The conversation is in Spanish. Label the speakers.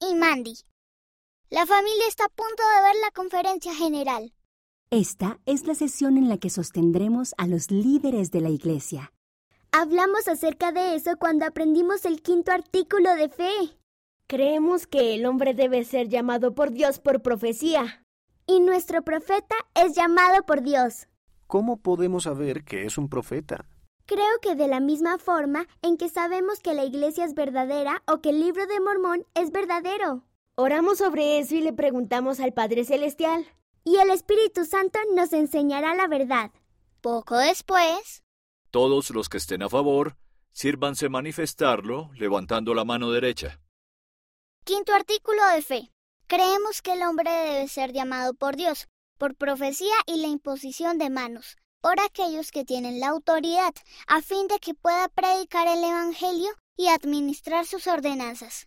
Speaker 1: y Mandy. La familia está a punto de ver la conferencia general.
Speaker 2: Esta es la sesión en la que sostendremos a los líderes de la Iglesia.
Speaker 3: Hablamos acerca de eso cuando aprendimos el quinto artículo de fe.
Speaker 4: Creemos que el hombre debe ser llamado por Dios por profecía.
Speaker 3: Y nuestro profeta es llamado por Dios.
Speaker 5: ¿Cómo podemos saber que es un profeta?
Speaker 3: Creo que de la misma forma en que sabemos que la iglesia es verdadera o que el libro de Mormón es verdadero.
Speaker 4: Oramos sobre eso y le preguntamos al Padre Celestial.
Speaker 3: Y el Espíritu Santo nos enseñará la verdad.
Speaker 1: Poco después.
Speaker 6: Todos los que estén a favor, sírvanse manifestarlo levantando la mano derecha.
Speaker 1: Quinto artículo de fe. Creemos que el hombre debe ser llamado por Dios, por profecía y la imposición de manos, por aquellos que tienen la autoridad, a fin de que pueda predicar el Evangelio y administrar sus ordenanzas.